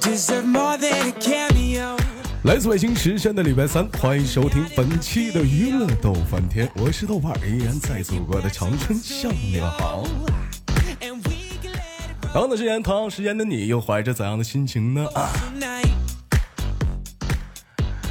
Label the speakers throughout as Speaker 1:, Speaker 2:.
Speaker 1: deserve more than a cameo.
Speaker 2: 来自北京时间的礼拜三，欢迎收听本期的娱乐逗翻天，我是豆瓣儿，依然在祖国的长春向你们好。
Speaker 1: And we can let it
Speaker 2: 同样的时间，同样时间的你又怀着怎样的心情呢？啊，
Speaker 1: tonight.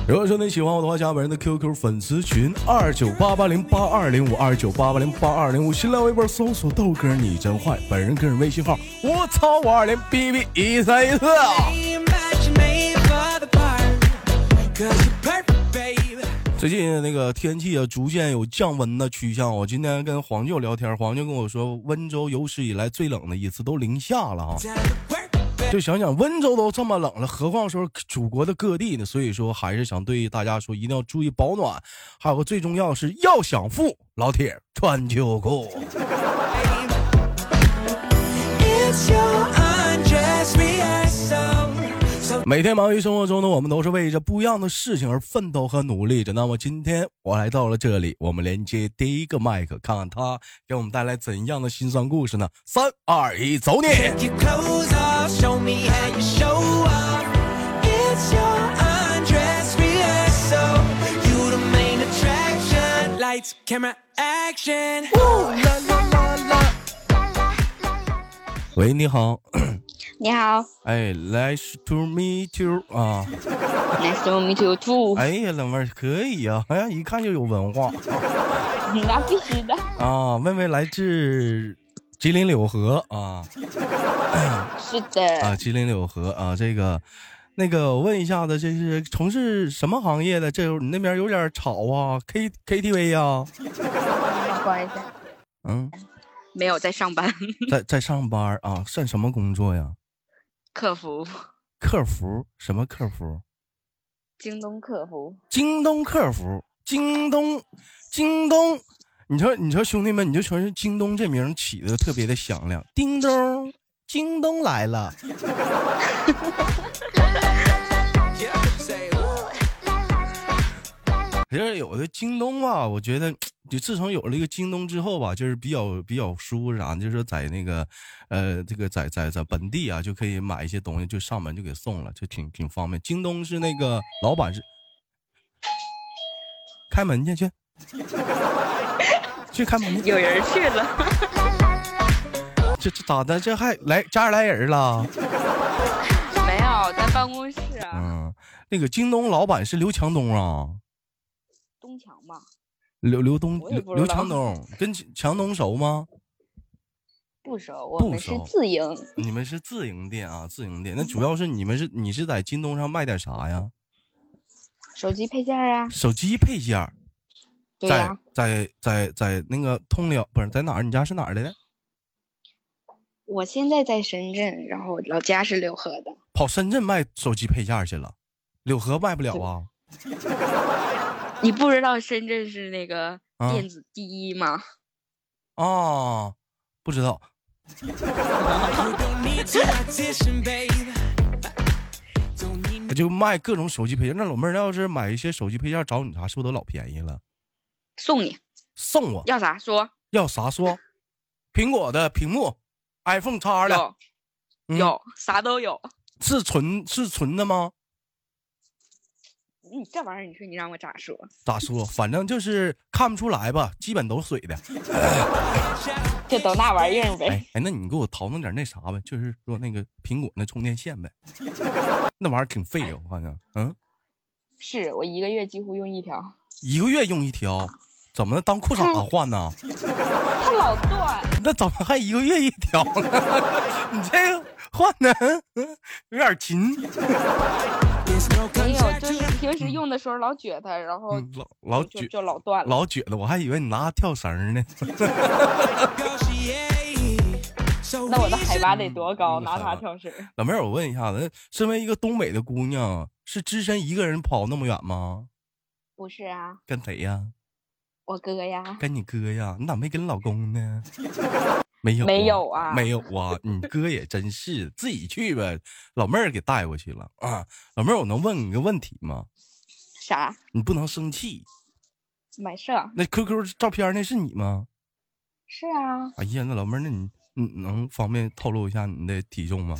Speaker 2: 如果说你喜欢我的话，加本人的 QQ 粉丝群二九八八零八二零五二九八八零八二零五，新浪微博搜索豆哥你真坏，本人个人微信号我操五二零 B B 一三一四啊。
Speaker 1: Be a match made for the part. Cause you're perfect, babe.
Speaker 2: 最近那个天气啊，逐渐有降温的趋向。我啊今天跟黄舅聊天，黄舅跟我说，温州有史以来最冷的一次，都零下了啊！
Speaker 1: Time to work, babe.
Speaker 2: 就想想温州都这么冷了，何况说祖国的各地呢？所以说，还是想对大家说，一定要注意保暖。还有个最重要是，要想富，老铁穿秋裤。
Speaker 1: It's your undress rehearsal. So
Speaker 2: 每天忙于生活中的我们，都是为着不一样的事情而奋斗和努力着。那么今天我来到了这里，我们连接第一个麦克，看看他给我们带来怎样的辛酸故事呢？三二一，走你！
Speaker 1: take your clothes off, show me how you show off. It's your undress rehearsal. You the main attraction. Lights, camera, action. Woo, la la la la.
Speaker 2: 喂，你好，
Speaker 3: 你好
Speaker 2: 哎，Nice to meet you 啊！
Speaker 3: ，Nice to meet you too。
Speaker 2: 哎呀，老妹儿可以呀、哎呀，一看就有文化
Speaker 3: 那必须的，
Speaker 2: 啊！妹妹来自吉林柳河啊
Speaker 3: 是的，
Speaker 2: 啊，吉林柳河啊，这个。那个，我问一下子，这是从事什么行业的？这你那边有点吵啊，K K T V 呀、
Speaker 3: 不好意思，
Speaker 2: 嗯，
Speaker 3: 没有在上班，
Speaker 2: 在在上班儿啊，干什么工作呀？
Speaker 3: 客服，
Speaker 2: 客服？什么客服？
Speaker 3: 京东客服，
Speaker 2: 京东客服，京东，京东。你说，你说兄弟们，你就全是京东这名儿起的特别的响亮，叮咚，京东来了。
Speaker 1: Yeah, say, woo.
Speaker 2: 其实有的京东吧，我觉得就自从有了一个京东之后吧，就是比较比较舒服啥，就是说在那个，呃，这个在在在本地啊，就可以买一些东西，就上门就给送了，就挺挺方便。京东是那个老板是，开门去去， 去开门去，
Speaker 3: 有人去 了，
Speaker 2: 这这咋的？这还来家里来人了？
Speaker 3: 没有在办公室啊，
Speaker 2: 嗯，那个京东老板是刘强东啊，
Speaker 3: 东强吧，
Speaker 2: 刘刘东
Speaker 3: 我也
Speaker 2: 刘
Speaker 3: 不知
Speaker 2: 刘
Speaker 3: 道
Speaker 2: 强东跟强强东熟吗？
Speaker 3: 不熟，我
Speaker 2: 不
Speaker 3: 们是
Speaker 2: 熟
Speaker 3: 自营，
Speaker 2: 你们是自营店啊，自营店。那主要是
Speaker 3: 嗯
Speaker 2: 你们是你是在京东上卖点啥呀？
Speaker 3: 手机配件啊，
Speaker 2: 手机配件儿，
Speaker 3: 对啊
Speaker 2: 在、
Speaker 3: 呀，
Speaker 2: 在在在那个通辽不是在哪儿？你家是哪儿来的？
Speaker 3: 我现在在深圳，然后老家是柳河的，
Speaker 2: 跑深圳卖手机配件儿去了，柳河卖不了啊。
Speaker 3: 你不知道深圳是那个
Speaker 2: 啊
Speaker 3: 电子第一吗？
Speaker 2: 啊，不知道
Speaker 1: You don't need to audition, babe. Don't need
Speaker 2: 就卖各种手机配件儿。那老妹儿要是买一些手机配件儿找你啥，是不是都老便宜了？
Speaker 3: 送你
Speaker 2: 送我
Speaker 3: 要啥说，
Speaker 2: 要啥说？苹果的屏幕，iPhone 叉的，
Speaker 3: 有
Speaker 2: 嗯
Speaker 3: 有啥都有，
Speaker 2: 是纯是纯的吗？
Speaker 3: 你这玩意儿，你说你让我咋说？
Speaker 2: 咋说？反正就是看不出来吧，基本都水的。
Speaker 3: 就都那玩意儿呗。
Speaker 2: 哎哎，那你给我淘弄点那啥呗，就是说那个苹果那充电线呗， 那玩意儿挺费油，好像。嗯，
Speaker 3: 是我一个月几乎用一条，
Speaker 2: 一个月用一条，怎么的当裤
Speaker 3: 嗯
Speaker 2: 衩换呢？
Speaker 3: 它老断，
Speaker 2: 那怎么还一个月一条呢？ 你这个换的嗯有点勤。
Speaker 1: There's no
Speaker 3: 没有，哎就是
Speaker 1: conjecture.
Speaker 3: 平时用的时候老撅它，然后
Speaker 2: 嗯老老
Speaker 3: 就
Speaker 2: 撅
Speaker 3: 就老断了。
Speaker 2: 老觉得，我还以为你拿跳绳儿呢。
Speaker 1: negotiate. So
Speaker 3: 那我的
Speaker 1: we
Speaker 3: 海
Speaker 1: should
Speaker 3: 拔得多高？
Speaker 2: 嗯
Speaker 3: 拿它
Speaker 2: 海拔
Speaker 3: 跳绳儿？
Speaker 2: 老妹儿，我问一下子，那身为一个东北的姑娘，是只身一个人跑那么远吗？
Speaker 3: 不是啊，
Speaker 2: 跟谁呀、
Speaker 3: 我哥呀，
Speaker 2: 跟你哥呀？你咋没跟老公 呢？没有、
Speaker 3: 没有啊
Speaker 2: 没有啊！你哥也真是自己去呗，老妹儿给带过去了啊！老妹儿，我能问你个问题吗？
Speaker 3: 啥
Speaker 2: 你不能生气。
Speaker 3: 买上？
Speaker 2: 那 QQ 照片那是你吗？
Speaker 3: 是啊，
Speaker 2: 哎呀，那老妹儿，那你你能方便透露一下你的体重吗？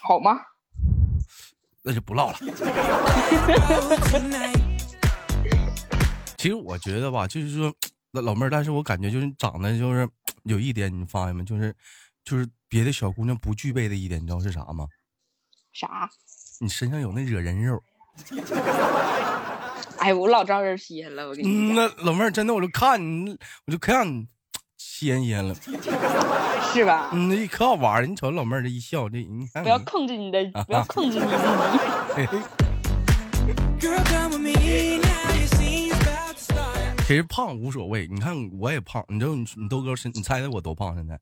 Speaker 3: 好吗？
Speaker 2: 那就不唠了。其实我觉得吧，就是说，那老妹儿，但是我感觉就是长得就是有一点，你发现没？就是就是别的小姑娘不具备的一点，你知道是啥吗？
Speaker 3: 啥？
Speaker 2: 你身上有那惹人肉。
Speaker 3: 哎，我老招人稀了，我跟
Speaker 2: 嗯，
Speaker 3: 你讲，
Speaker 2: 那老妹儿真的，我就看你，我就看让你鲜鲜了。
Speaker 3: 是吧？
Speaker 2: 嗯，那可好玩儿了。你瞅老妹儿这一笑，这你看
Speaker 3: 不要
Speaker 2: 你
Speaker 3: 控制你的，
Speaker 2: 啊
Speaker 3: 不要控制你自己。
Speaker 1: Girl, come with me now. It seems about to start.
Speaker 2: 其实胖无所谓，你看我也胖，你知道你你豆哥身，你猜猜我多胖现在？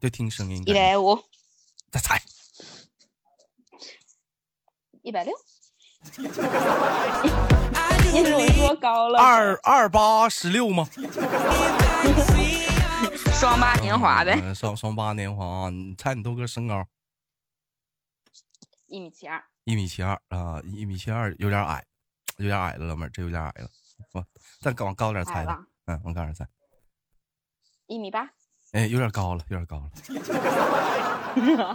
Speaker 2: 就听声音，
Speaker 3: 一百五，
Speaker 2: 再猜，
Speaker 3: 一百六，
Speaker 1: I
Speaker 3: 你
Speaker 1: do
Speaker 3: 是我
Speaker 1: believe
Speaker 3: 说高了。
Speaker 2: 二二八十六吗？
Speaker 1: I can see I'm
Speaker 3: 双八年华呗，
Speaker 2: 嗯双双八年华啊！你猜你豆哥身高？
Speaker 3: 一米七二，
Speaker 2: 一米七二啊，一米七二有点矮，有点矮了，老妹儿，这有点矮了。我再往高点
Speaker 3: 矮
Speaker 2: 猜吧
Speaker 3: 了，
Speaker 2: 嗯，往高点猜，
Speaker 3: 一米八，
Speaker 2: 哎，有点高了，有点 高了。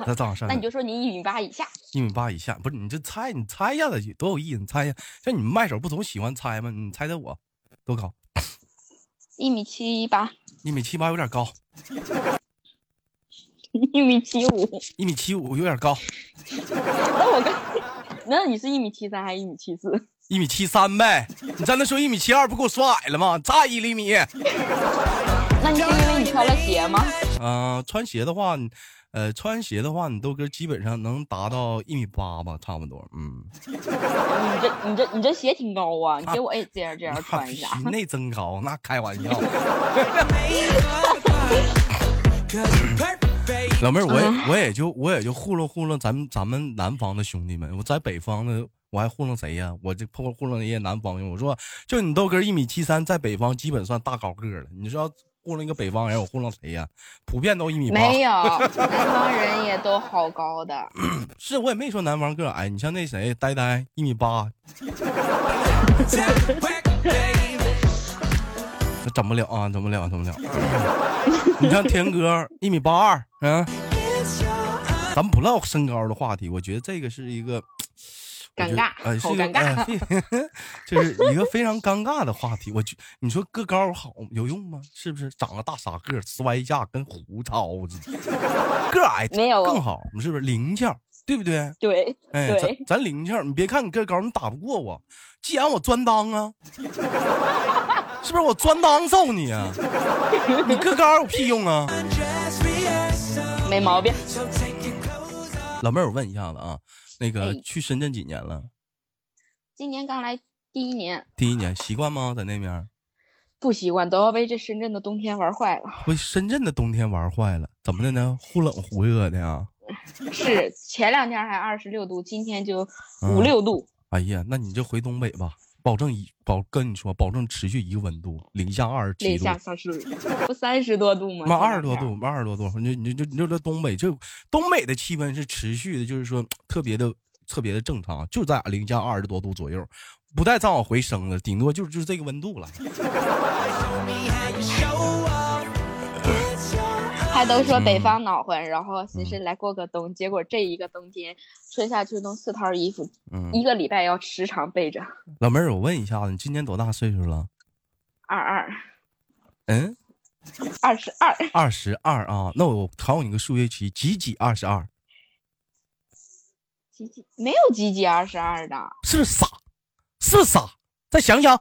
Speaker 2: 那再往上
Speaker 3: 那
Speaker 2: 点，
Speaker 3: 你就说你一米八以下。
Speaker 2: 一米八以下，不是你这猜，你猜一下子多有意思，你猜一下。像你们卖手不总喜欢猜吗？你猜猜我多高？
Speaker 3: 一米七八，
Speaker 2: 一米七八有点高，
Speaker 3: 一米七五，
Speaker 2: 一米七五有点高，
Speaker 3: 那我跟， 那你是一米七三还是一米七四？
Speaker 2: 一米七三呗。你在那说一米七二，不给我说矮了吗？差一厘米。
Speaker 3: 那你是因为你穿了鞋 吗？
Speaker 2: 啊、穿鞋的话，你呃，穿鞋的话，你豆哥基本上能达到一米八吧，差不多。嗯，
Speaker 3: 你这你这你这鞋挺高啊，你给我也这样这样穿一下。
Speaker 2: 那 内增高，那开玩笑。
Speaker 1: Cause you're perfect, babe.
Speaker 2: 老妹儿，我也、我也就我也就糊弄糊弄咱们咱们南方的兄弟们，我在北方的我还糊弄谁呀、我这破糊弄人家南方人，我说就你豆哥一米七三，在北方基本算大高个儿了。你说要糊弄一个北方人，我糊弄谁呀、普遍都一米八。
Speaker 3: 没 有，南方人也都好高的。
Speaker 2: 是我也没说南方个儿哎矮，你像那谁呆呆一米八，
Speaker 1: Perfect, babe.
Speaker 2: 那整不了啊，整不了，整不了。你像天哥一米八二，嗯，
Speaker 1: It's your un-
Speaker 2: 咱不唠身高的话题，我觉得这个是一个我觉得
Speaker 3: 尴尬
Speaker 2: 呃，是
Speaker 3: 好
Speaker 2: 一个
Speaker 3: 尴尬
Speaker 2: 呃是 就是一个非常尴尬的话题。我觉你说个高好有用吗？是不是长个大傻个儿摔一下跟胡操似的？个矮
Speaker 3: 没有啊
Speaker 2: 更好，是不是零件儿？对不对？
Speaker 3: 对
Speaker 2: 哎，咱
Speaker 3: 对，
Speaker 2: 咱零件儿，你别看你个儿高，你打不过我。既然我专当啊，是不是我专当揍你啊？你个高有屁用啊！
Speaker 1: undress rehearsal.
Speaker 3: 没毛病。
Speaker 1: So take your clothes off.
Speaker 2: 老妹儿，我问一下子啊，那个
Speaker 3: 哎
Speaker 2: 去深圳几年了？
Speaker 3: 今年刚来第一年，
Speaker 2: 第一年习惯吗？在那边儿
Speaker 3: 不习惯，都要被这深圳的冬天玩坏了。
Speaker 2: 不，深圳的冬天玩坏了，怎么的呢？忽冷忽热的啊呀。
Speaker 3: 是前两天还二十六度，今天就
Speaker 2: 嗯
Speaker 3: 五六度。
Speaker 2: 哎呀，那你就回东北吧，保证一保跟你说，保证持续一个温度，零下二十七
Speaker 3: 零
Speaker 2: 度。
Speaker 3: 下摄氏不三十多度吗？
Speaker 2: 妈，
Speaker 3: 这
Speaker 2: 二十
Speaker 3: 两
Speaker 2: 多
Speaker 3: 天
Speaker 2: 度，妈二十多度，你你就你就这东北，就东北的气温是持续的，就是说特别的特别的正常，就在零下二十多度左右，不带再往回升了，顶多就是就是这个温度了。
Speaker 1: Show me how you show off. It's your
Speaker 3: 还都说北
Speaker 2: 嗯
Speaker 3: 方暖和，然后寻思来过个冬，结果这一个冬天，春夏秋冬四套衣服，
Speaker 2: 嗯，
Speaker 3: 一个礼拜要时常备着。
Speaker 2: 老妹儿，我问一下子，你今年多大岁数了？
Speaker 3: 二二
Speaker 2: 嗯，
Speaker 3: 二十二，
Speaker 2: 二十二啊。那我考你个数学题，几几二十二？
Speaker 3: 几几没有几几二十二的，
Speaker 2: 是不是傻？是不是傻？再想想，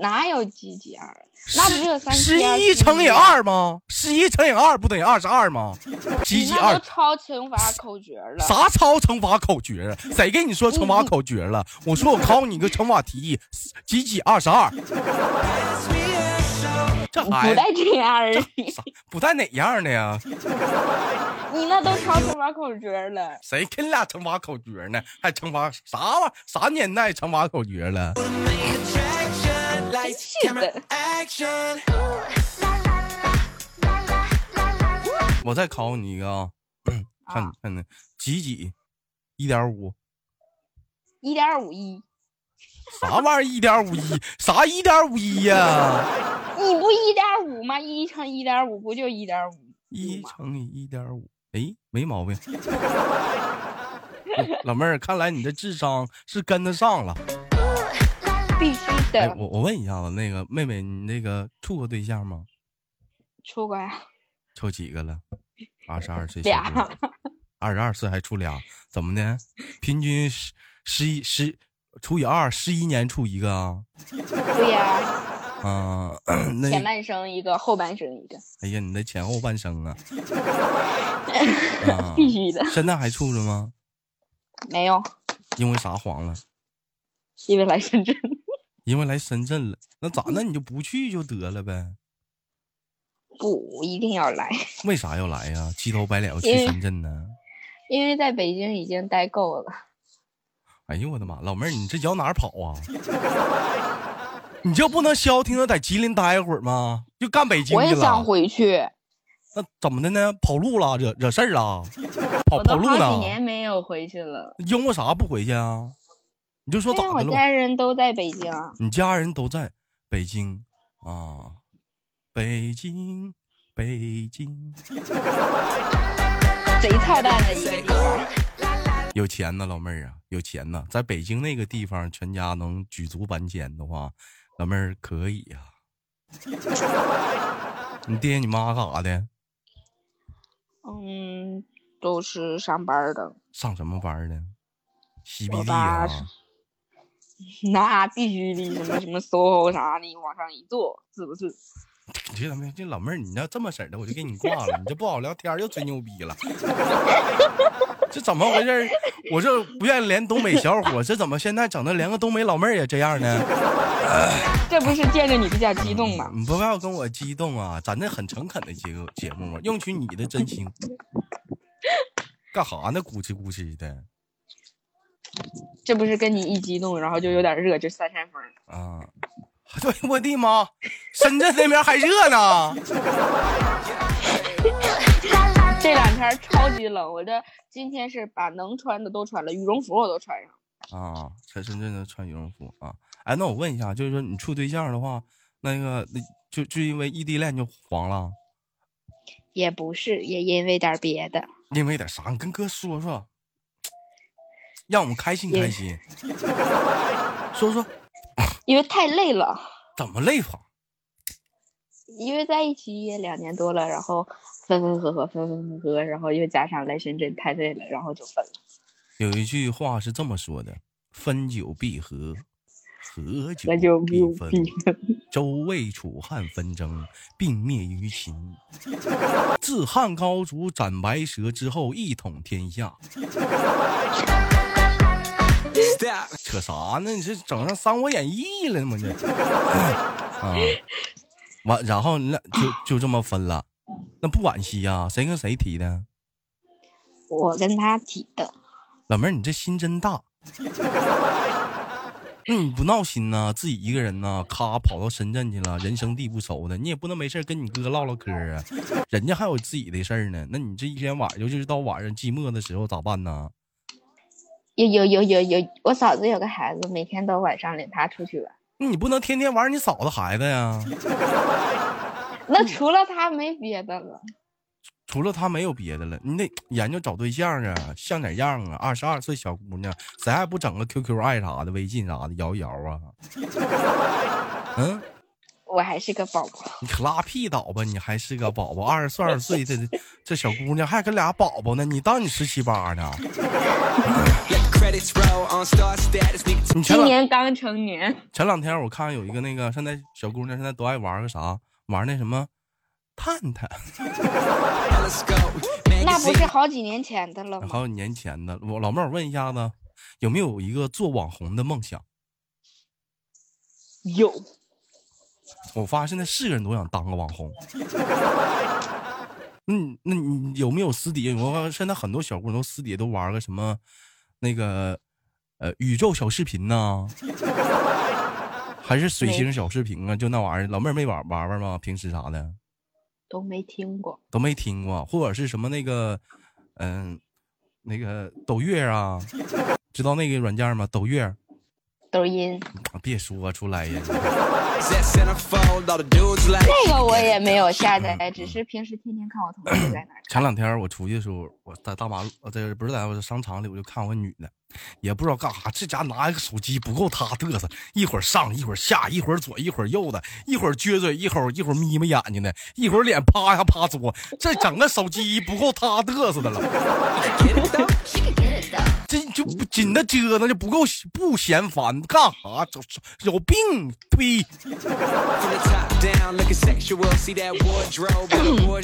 Speaker 3: 哪有几几二？那不就三
Speaker 2: 十
Speaker 3: 七二
Speaker 2: 一
Speaker 3: 十
Speaker 2: 乘以
Speaker 3: 一
Speaker 2: 二吗？十一乘以二不等于二十二 吗？几
Speaker 3: 你
Speaker 2: 几
Speaker 3: 那
Speaker 2: 二
Speaker 3: 都？超乘法口诀了。
Speaker 2: 啥超乘法口诀啊？谁跟你说乘法口诀 了？我说我考你一个乘法题，几几二十 二？
Speaker 1: undress rehearsal.
Speaker 2: 这
Speaker 3: 不
Speaker 2: 孩子
Speaker 3: 带这样儿的，
Speaker 2: 啥不带哪样的呀？
Speaker 3: 你那都超乘法口诀了。
Speaker 2: 谁跟俩乘法口诀呢？还乘法啥玩意儿？啥年代乘法口诀了？
Speaker 1: Make attraction. Lights,
Speaker 3: Shit.
Speaker 1: camera, action.
Speaker 2: 我再考你一个啊， 看你看你几几？一点五？
Speaker 3: 一点五一，
Speaker 2: 啥玩意儿？一点五一？啥一点五一 呀？
Speaker 3: 你不一点五吗？一乘一点五不就一点五
Speaker 2: 一
Speaker 3: 吗？
Speaker 2: 乘以一点五，哎，没毛病。 老妹儿，看来你的智商是跟得上了。
Speaker 3: 必须
Speaker 2: 哎，
Speaker 3: 的，
Speaker 2: 我我问一下子，那个妹妹，你那个处过对象吗？
Speaker 3: 出过呀，
Speaker 2: 处几个了？二十二岁，
Speaker 3: 俩，
Speaker 2: 二十二岁还处俩，怎么的？平均十十一十除以二，十一年处一个啊？
Speaker 3: 对呀，
Speaker 2: 啊、那
Speaker 3: 前半生一个，后半生一个，
Speaker 2: 哎呀，你的前后半生 啊！啊
Speaker 3: 必须的，
Speaker 2: 现在还处着吗？
Speaker 3: 没有，
Speaker 2: 因为啥黄了？
Speaker 3: 因为来深圳，
Speaker 2: 因为来深圳了。那咋？那你就不去就得了呗？
Speaker 3: 不一定要来，
Speaker 2: 为啥要来呀？鸡头白脸要
Speaker 3: 因
Speaker 2: 去
Speaker 3: 为
Speaker 2: 深圳呢？
Speaker 3: 因为在北京已经待够了。
Speaker 2: 哎呦我的妈！老妹儿，你这脚哪儿跑啊？ 你就不能消停的在吉林待一会儿吗？就干北京
Speaker 3: 我
Speaker 2: 去
Speaker 3: 也想
Speaker 2: 了？
Speaker 3: 回去，
Speaker 2: 哦那怎么的呢？跑路了，惹惹事儿了？跑
Speaker 3: 我
Speaker 2: 跑
Speaker 3: 都
Speaker 2: 路
Speaker 3: 好几年
Speaker 2: 呢？
Speaker 3: 没有回去了，
Speaker 2: 因为啥不回去啊？你就说
Speaker 3: 因
Speaker 2: 咋
Speaker 3: 为哎我
Speaker 2: 的了？
Speaker 3: 家人都在北京，啊
Speaker 2: 你家人都在北京啊？北京，北京，
Speaker 3: 贼操蛋的一个地方。
Speaker 2: 有钱呐，老妹儿啊，有钱呐！在北京那个地方，全家能举足搬迁的话，老妹儿可以呀、 你爹你妈干啥的？
Speaker 3: 嗯，都是上班儿的，
Speaker 2: 上什么班儿的
Speaker 3: 我
Speaker 2: ？CBD 啊
Speaker 3: 爸？是那必须的，什么什么 SOHO 啥的，往上一坐，是不是？
Speaker 2: 你这老妹儿，这老妹儿，你要这么式儿的，我就给你挂了。你这不好聊天儿，又吹牛逼了， 这怎么回事儿？我这不愿意连东北小伙，这怎么现在整的连个东北老妹儿也这样呢？
Speaker 3: 这不是见着你比较激动吗？
Speaker 2: 嗯你不要跟我激动啊，咱这很诚恳的节目节目嘛，用取你的真心。干啥呢？咕叽咕叽的
Speaker 3: 这不是跟你一激动，然后就有点热，就散扇风。
Speaker 2: 啊！对，我的妈，深圳那边还热呢。
Speaker 3: 这两天超级冷，我这今天是把能穿的都穿了，羽绒服我都穿上。
Speaker 2: 啊，在深圳的穿羽绒服啊。哎，那我问一下，就是说你处对象的话，那个那就就因为异地恋就黄了，
Speaker 3: 也不是，也因为点儿别的。
Speaker 2: 因为点啥？你跟哥说说，让我们开心开心。说说
Speaker 3: 因为太累了，
Speaker 2: 怎么累法？
Speaker 3: 因为在一起也两年多了，然后分分合合，分分合合，然后又加上来深圳太累了，然后就分了。
Speaker 2: 有一句话是这么说的：分久必合，合久
Speaker 3: 那就
Speaker 2: 必
Speaker 3: 没有
Speaker 2: 分。
Speaker 3: 必分。
Speaker 2: 周魏楚汉纷争，并灭于秦。 自汉高祖斩白蛇之后，一统天下。
Speaker 1: Stop.
Speaker 2: 扯啥呢？你这整上《三国演义》了吗？这啊，完然后你俩就就这么分了，那不惋惜呀、谁跟谁提的？
Speaker 3: 我跟他提的，
Speaker 2: 老妹儿，你这心真大。 那你不闹心呐、自己一个人呐、咔跑到深圳去了，人生地不熟的，你也不能没事儿跟你哥唠唠嗑儿啊，人家还有自己的事儿呢。那你这一天晚上，尤其是到晚上寂寞的时候咋办呢？
Speaker 3: 有有有有有，我嫂子有个孩子，每天都晚上领他出去玩。
Speaker 2: 那嗯你不能天天玩你嫂子孩子呀。
Speaker 3: 那除了他没别的了，
Speaker 2: 除了他没有别的了，你得研究找对象啊，像点样啊？二十二岁小姑娘，谁还不整个 QQ 爱啥的、微信啥的摇一摇啊？嗯，
Speaker 3: 我还是个宝宝。
Speaker 2: 你可拉屁倒吧！你还是个宝宝，二十二岁的这小姑娘还跟俩宝宝呢，你当你十七八呢？
Speaker 1: Let the credits roll on star status. Nigga,
Speaker 2: 你前
Speaker 3: 今
Speaker 2: 两
Speaker 3: 年刚成年，
Speaker 2: 前两天我看有一个那个现在小姑娘现在都爱玩个啥，玩那什么探探，
Speaker 1: telescope.
Speaker 3: 那不是
Speaker 1: Magazine.
Speaker 3: 好几年前的了
Speaker 2: 好
Speaker 3: 吗？
Speaker 2: 几年前的。我老妹儿，我问一下子，有没有一个做网红的梦想？
Speaker 3: 有，
Speaker 2: 我发现现在是个人都想当个网红。嗯，那你有没有私底下？我发现现在很多小姑娘都私底下都玩个什么，那个呃宇宙小视频呐、还是水星小视频啊？就那玩意儿，老妹儿没玩玩玩吗？平时啥的
Speaker 3: 都没听过。
Speaker 2: 都没听过，或者是什么那个，呃嗯、那个抖月啊，知道那个软件吗？抖月
Speaker 3: 抖音
Speaker 2: 别说出来呀，
Speaker 3: 这个我也没有下载，只是平时天天看我同事在那儿
Speaker 2: 前两天我出去的时候，我在大马路，呃在不是在我商场里，我就看我个女的，也不知道干啥，这家拿一个手机不够她嘚瑟，一会儿上一会儿下，一会儿左一会儿右的，一会儿撅嘴，一会儿一会儿眯眯眼睛的，一会儿脸啪呀啪搓，这整个手机不够她嘚瑟的了，这就不紧的折腾就不够不嫌烦，干啥？这这有病呸！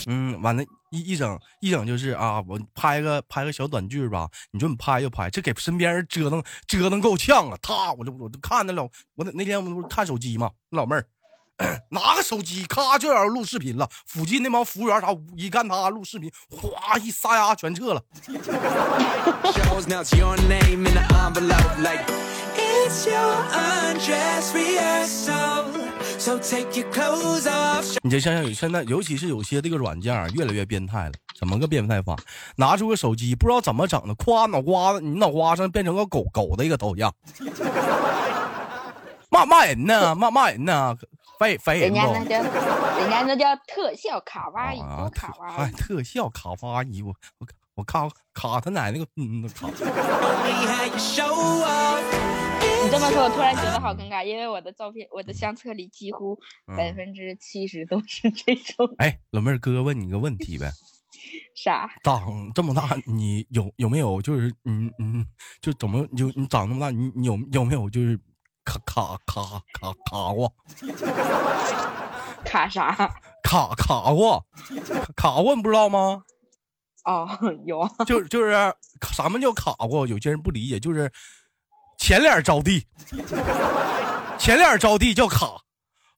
Speaker 2: 嗯，完了，一一整一整就是啊，我拍个拍个小短剧吧，你说你拍就拍，这给身边人折腾折腾够呛了。他，我就我就看那老，我那那天我们不是看手机嘛，那老妹儿 拿个手机，咔就要录视频了。附近那帮服务员啥，一看他录视频，哗一撒丫全撤了。
Speaker 1: It's your undress rehearsal. So take your clothes off.
Speaker 2: 你就想想，现在尤其是有些这个软件儿越来越变态了，怎么个变态法？拿出个手机，不知道怎么整的，夸脑瓜子，你脑瓜上变成个狗狗的一个头像， 骂骂人呢，骂骂人呢，烦烦人
Speaker 3: 人
Speaker 2: 不？
Speaker 3: 家那叫 人家那叫特效卡哇伊，
Speaker 2: 啊，
Speaker 3: 多
Speaker 2: 特
Speaker 3: 卡哇哦
Speaker 2: 哎
Speaker 3: 伊。
Speaker 2: 特效卡哇伊，我我我卡卡他奶奶个嗯卡，
Speaker 1: Only how you show up.
Speaker 3: 你这么说，我突然觉得好尴尬，因为我的照片，我的相册里几乎
Speaker 2: 嗯
Speaker 3: 百分之七十都是这种
Speaker 2: 哎，老妹儿哥问你个问题呗，
Speaker 3: 啥。
Speaker 2: 长这么大你有有没有就是嗯嗯就怎么就你长那么大你你有有没有就是卡卡卡卡卡过？
Speaker 3: 卡啥？
Speaker 2: 卡卡过，卡过你不知道吗？
Speaker 3: 哦，有啊，
Speaker 2: 就就是什么叫卡过？有些人不理解，就是前脸着地，前脸着地叫卡，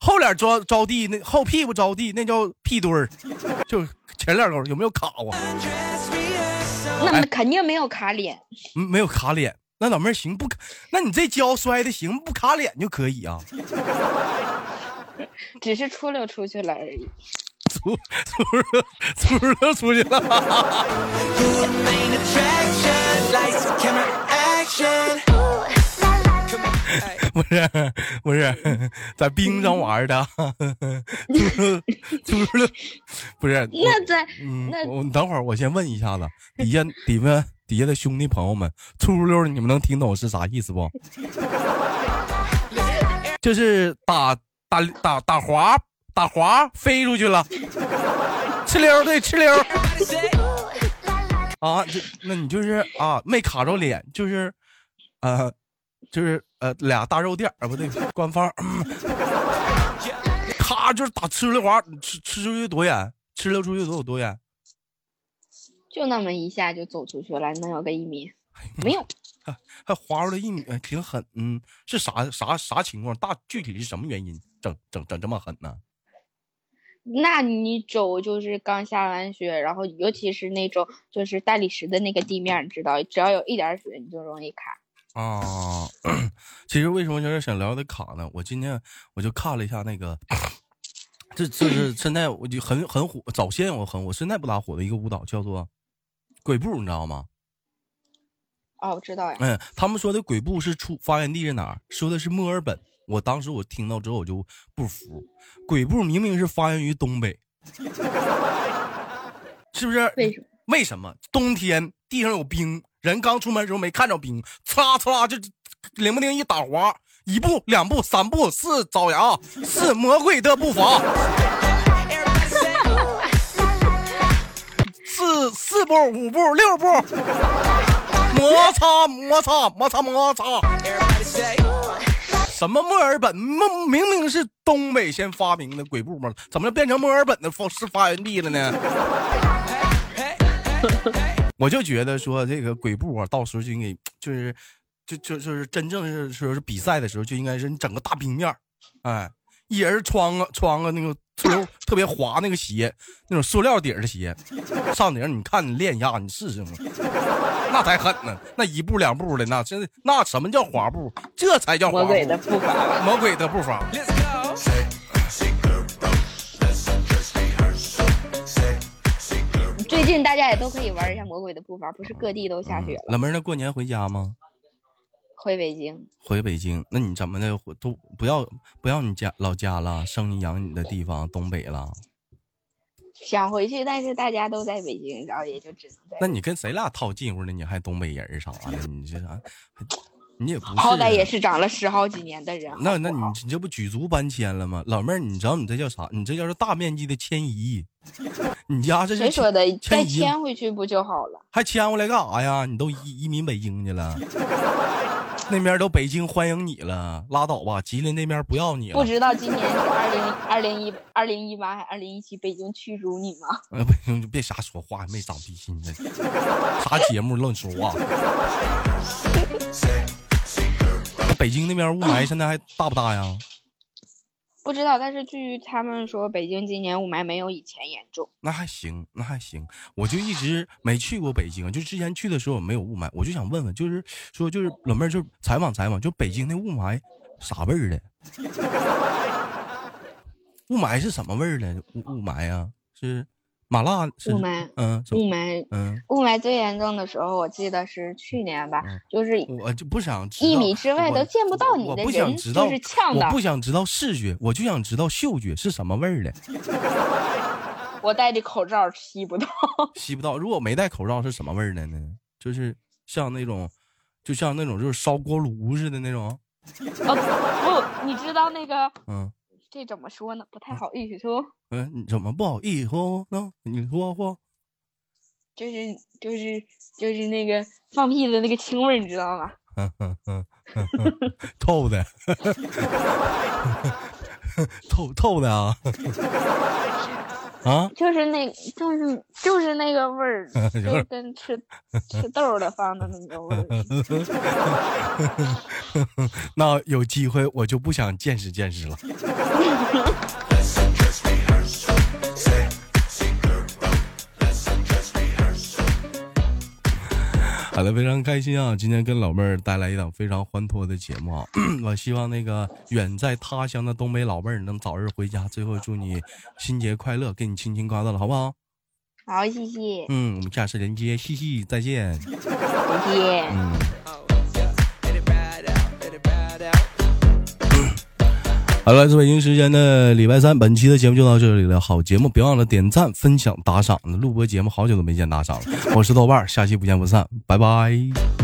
Speaker 2: 后脸着着地那后屁股着地那叫屁墩儿，就是前脸着有没有卡过？
Speaker 1: Undress rehearsal.
Speaker 2: 哎
Speaker 3: 那肯定没有卡脸。
Speaker 2: 嗯没有卡脸。那老妹儿行不卡？那你这跤摔的行不卡脸就可以啊？
Speaker 3: 只是出溜出去了而已。
Speaker 2: 出出出出出去了，
Speaker 1: You remain attraction. Lights, camera, action.
Speaker 2: 不是不是，在冰上玩的， 出出出不是
Speaker 3: 那在
Speaker 2: 嗯
Speaker 3: 那，
Speaker 2: 我等会儿我先问一下子，底下底下底下的兄弟朋友们，出溜儿你们能听懂是啥意思不？ 就是打打打打滑打滑飞出去了，哧溜儿对哧溜儿
Speaker 1: Body say,
Speaker 2: 啊，这那你就是啊没卡着脸，就是呃就是呃俩大肉垫儿啊不对，官方， 咔、就是打哧溜滑，哧哧出去多远？哧溜出去得有多远？
Speaker 3: 就那么一下就走出去了，能有个一米？
Speaker 2: 哎
Speaker 3: 没有，
Speaker 2: 还划出来一米，呃挺狠。嗯，是啥啥啥情况？大具体是什么原因整整整这么狠呢？
Speaker 3: 那你走就是刚下完雪，然后尤其是那种就是大理石的那个地面，你知道，只要有一点儿雪，你就容易卡。
Speaker 2: 啊， 其实为什么有点想聊的卡呢？我今天我就看了一下那个， 这这是现在我就很很火，早先我很火，现在不大火的一个舞蹈叫做鬼步，你知道吗？
Speaker 3: 哦，我知道呀，
Speaker 2: 嗯，他们说的鬼步是出发源地是哪儿？说的是墨尔本。我当时我听到之后我就不服，鬼步明明是发源于东北， 是不是？
Speaker 3: 为什么？
Speaker 2: 为什么冬天地上有冰，人刚出门的时候没看着冰，呲啦呲啦就冷不丁一打滑，一步两步三步四爪牙，四魔鬼的步伐，
Speaker 1: everybody say,
Speaker 2: 四四步五步六步， 摩擦摩擦摩擦摩擦，
Speaker 1: everybody say,
Speaker 2: 什么墨尔本？明明明是东北先发明的鬼步吗？怎么就变成墨尔本的发是发源地了呢？
Speaker 1: hey, hey, hey.
Speaker 2: 我就觉得说这个鬼步啊，到时候就应该就是，就就就是真正是说是比赛的时候，就应该是你整个大冰面儿哎，一人穿个穿个那个特别特别滑那个鞋，那种塑料底儿的鞋，上顶儿你看你练一下，你试试嘛，那才狠呢，那一步两步的那真那什么叫滑步？这才叫滑
Speaker 3: 魔
Speaker 2: 步，
Speaker 3: 鬼的步伐吧。
Speaker 2: 魔鬼的步伐。
Speaker 1: Let's go.
Speaker 3: 最近
Speaker 2: 嗯
Speaker 3: 大家也都可以玩一下魔鬼的步伐，不是各地都下雪了。
Speaker 2: 老妹儿，那过年回家吗？
Speaker 3: 回北京。
Speaker 2: 回北京，那你怎么的回都不要不要你家老家了，生你养你的地方东北了？
Speaker 3: 想回去，但是大家都在北京，然后也就只能在。
Speaker 2: 那你跟谁俩套近乎呢？你还东北人儿啥的？你这啥？你也不是啊
Speaker 3: 好歹也是长了十好几年的人。
Speaker 2: 那那
Speaker 3: 好
Speaker 2: 你
Speaker 3: 不好
Speaker 2: 你这不举足搬迁了吗？老妹儿，你知道你这叫啥？你这叫是大面积的迁移。你家这是
Speaker 3: 谁说的？再
Speaker 2: 迁移吗，
Speaker 3: 迁回去不就好了？
Speaker 2: 还迁过来干啥呀？你都移移民北京去了， 那边都北京欢迎你了，拉倒吧，吉林那边不要你
Speaker 3: 不
Speaker 2: 了。
Speaker 3: 知道今年是二零二零一二零一八还二零一七北京驱逐你吗？
Speaker 2: 呃不行，就别瞎说话，没长逼心的，啥节目乱说啊话。北京那边雾霾现在还大不大呀？
Speaker 3: 不知道，但是据他们说，北京今年雾霾没有以前严重。
Speaker 2: 那还行，那还行。我就一直没去过北京，就之前去的时候没有雾霾，我就想问问，就是说，就是老妹儿，就是采访采访，就北京那雾霾啥味儿的？ 雾霾是什么味儿的？雾雾霾呀、是麻辣？是
Speaker 3: 雾霾
Speaker 2: 嗯，什么
Speaker 3: 雾霾，
Speaker 2: 嗯，
Speaker 3: 雾霾最严重的时候，我记得是去年吧，就是
Speaker 2: 我就不想知道
Speaker 3: 一米之外
Speaker 2: 我
Speaker 3: 都见不到你
Speaker 2: 我
Speaker 3: 的
Speaker 2: 不
Speaker 3: 人，
Speaker 2: 想知道，
Speaker 3: 就是呛
Speaker 2: 我
Speaker 3: 到
Speaker 2: 不。想知道视觉，我就想知道嗅觉是什么味 儿的，
Speaker 3: 我戴着口罩吸不到，
Speaker 2: 吸不到。如果没戴口罩是什么味儿的呢？就是像那种，就像那种就是烧锅炉似的那种，
Speaker 3: 哦，不，你知道那个
Speaker 2: 嗯。
Speaker 3: 这怎么说呢？不太好意思说，
Speaker 2: 嗯，你怎么不好意思呢？你说 话，
Speaker 3: 就是就是就是那个放屁的那个腥味儿，你知道吗？
Speaker 2: 嗯嗯嗯嗯嗯，臭的， 臭臭的啊啊！，
Speaker 3: 就是那，就是就是那个味儿
Speaker 2: 有点
Speaker 3: 就跟吃吃豆儿的放的那个味儿。
Speaker 2: 那有机会我就不想见识见识了。好的，非常开心啊！今天跟老妹儿带来一档非常欢脱的节目啊！ 我希望那个远在他乡的东北老妹儿能早日回家。最后祝你新节快乐，给你亲亲刮到了，好不好？
Speaker 3: 好，谢谢，
Speaker 2: 嗯，我们下次连接，嘻嘻，再见。
Speaker 3: 再见。
Speaker 2: 嗯。
Speaker 1: Let it ride out, let it ride out.
Speaker 2: 好了，来自北京时间的礼拜三，本期的节目就到这里了。好节目，别忘了点赞、分享、打赏。录播节目好久都没见打赏了，我是豆瓣儿，下期不见不散，拜拜。